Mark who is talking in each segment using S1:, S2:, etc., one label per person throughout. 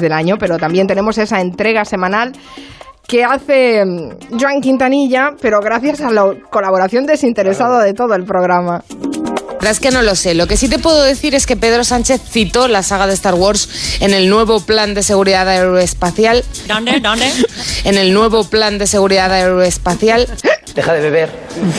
S1: del año, pero también tenemos esa entrega semanal que hace mm, Joan Quintanilla, pero gracias a la colaboración desinteresada de todo el programa.
S2: La verdad es que no lo sé. Lo que sí te puedo decir es que Pedro Sánchez citó la saga de Star Wars en el nuevo plan de seguridad aeroespacial.
S3: ¿Dónde? ¿Dónde?
S2: En el nuevo plan de seguridad aeroespacial.
S4: Deja de beber,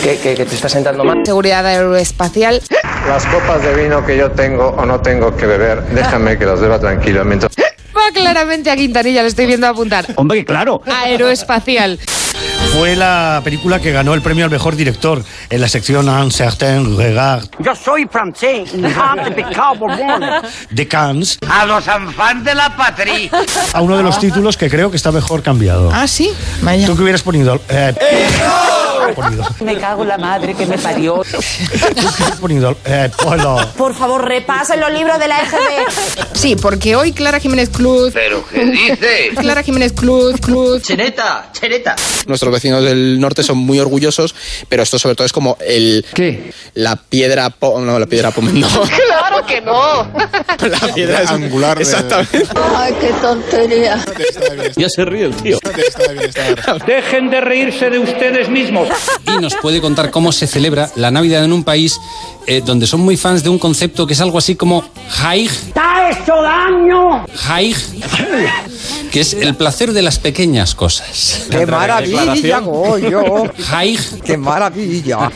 S4: que, que- que te está sentando mal.
S2: Seguridad aeroespacial.
S5: Las copas de vino que yo tengo o no tengo que beber, déjame que las beba tranquilo mientras...
S2: Va claramente a Quintanilla, lo estoy viendo apuntar.
S6: Hombre, que claro.
S2: Aeroespacial.
S6: Fue la película que ganó el premio al mejor director en la sección Un certain regard
S7: Yo soy francés, de pecado
S6: de Cannes
S7: A los anfans de la patria.
S6: a uno de los títulos que creo que está mejor cambiado.
S3: Ah, sí. Vaya.
S6: ¿Tú qué hubieras ponido? Eh, ponido,
S7: Me cago en la madre que me parió.
S6: ponido, eh, ponlo.
S8: Por favor, repasen los libros de la EGB.
S1: Sí, porque hoy Clara Jiménez Cruz,
S7: ¿Pero qué dices?
S1: Clara Jiménez Cruz, Cruz,
S7: Cheneta, cheneta.
S9: Nuestros vecinos del norte son muy orgullosos, pero esto sobre todo es como el... ¿Qué? La piedra... Po no, la piedra pomen, no.
S10: Claro que no.
S9: La piedra es-
S11: angular de-
S9: Exactamente.
S10: Ay, qué tontería.
S9: Ya se ríe el tío.
S7: Dejen de reírse de ustedes mismos.
S12: y nos puede contar cómo se celebra la Navidad en un país eh, donde son muy fans de un concepto que es algo así como Haig,
S7: ¡Está hecho daño!
S12: Haig, que es el placer de las pequeñas cosas.
S4: ¡Qué maravilla, Goyo!
S12: Haig,
S4: ¡Qué maravilla!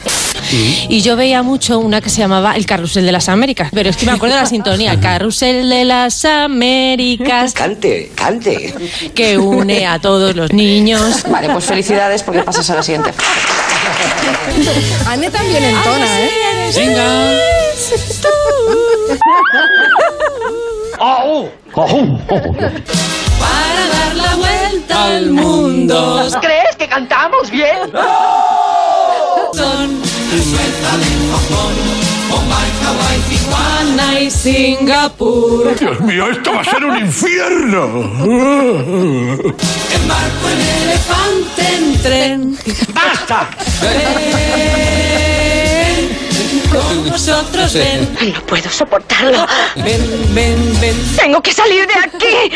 S3: Y yo veía mucho una que se llamaba El Carrusel de las Américas, pero es que me acuerdo de la sintonía, El Carrusel de las Américas,
S7: Cante, cante.
S3: que une a todos los niños.
S8: Vale, pues felicidades porque pasas a la siguiente.
S1: Anne también entona, ¿eh?
S12: venga.
S3: Para dar la vuelta al mundo
S10: ¿Crees que cantamos bien?
S3: son Tijuana y Singapur.
S6: Dios mío, esto va a ser un infierno.
S3: Embarco en elefante en tren.
S7: ¡Basta!
S3: Ven, con nosotros ven.
S10: No puedo soportarlo.
S3: Ven, ven, ven.
S10: Tengo que salir de aquí.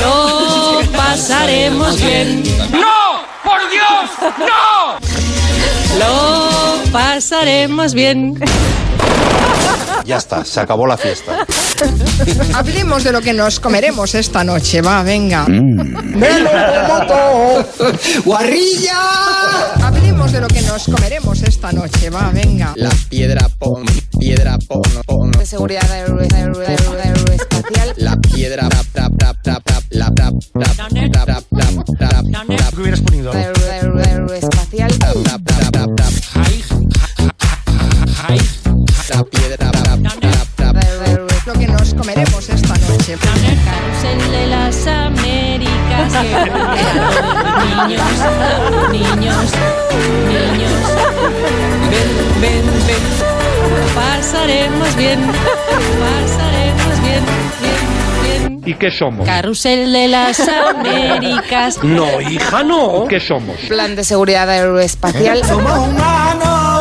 S3: Lo pasaremos bien.
S7: ¡No! ¡Por Dios! ¡No!
S3: Lo pasaremos bien.
S11: Ya está, se acabó la fiesta.
S1: Hablemos de lo que nos comeremos esta noche, va, venga.
S4: ¡Me lo como todo!
S1: Hablemos de lo que nos comeremos esta noche, va, venga.
S9: La piedra pon, piedra pon, pon.
S2: De seguridad aero- aero- aero- aeroespacial.
S9: La piedra pra, pra, pra, pra, la pra, pra, pra, pra, pra, pra, pra,
S6: ¿Tú qué hubieras ponido?
S2: Aero- aero- aeroespacial.
S9: pra, pra, pra, pra,
S12: Haig, Haig.
S9: la piedra pra, pra, pra, pra.
S2: Aero- aero-
S1: Lo que nos comeremos esta noche.
S3: Carrusel de las Américas. que une a los niños, niños, niños. Ven, ven, ven. Pasaremos bien. Pasaremos bien, bien, bien.
S5: ¿Y qué somos?
S3: Carrusel de las Américas.
S7: No, hija, no.
S5: ¿Qué somos?
S2: Plan de seguridad aeroespacial.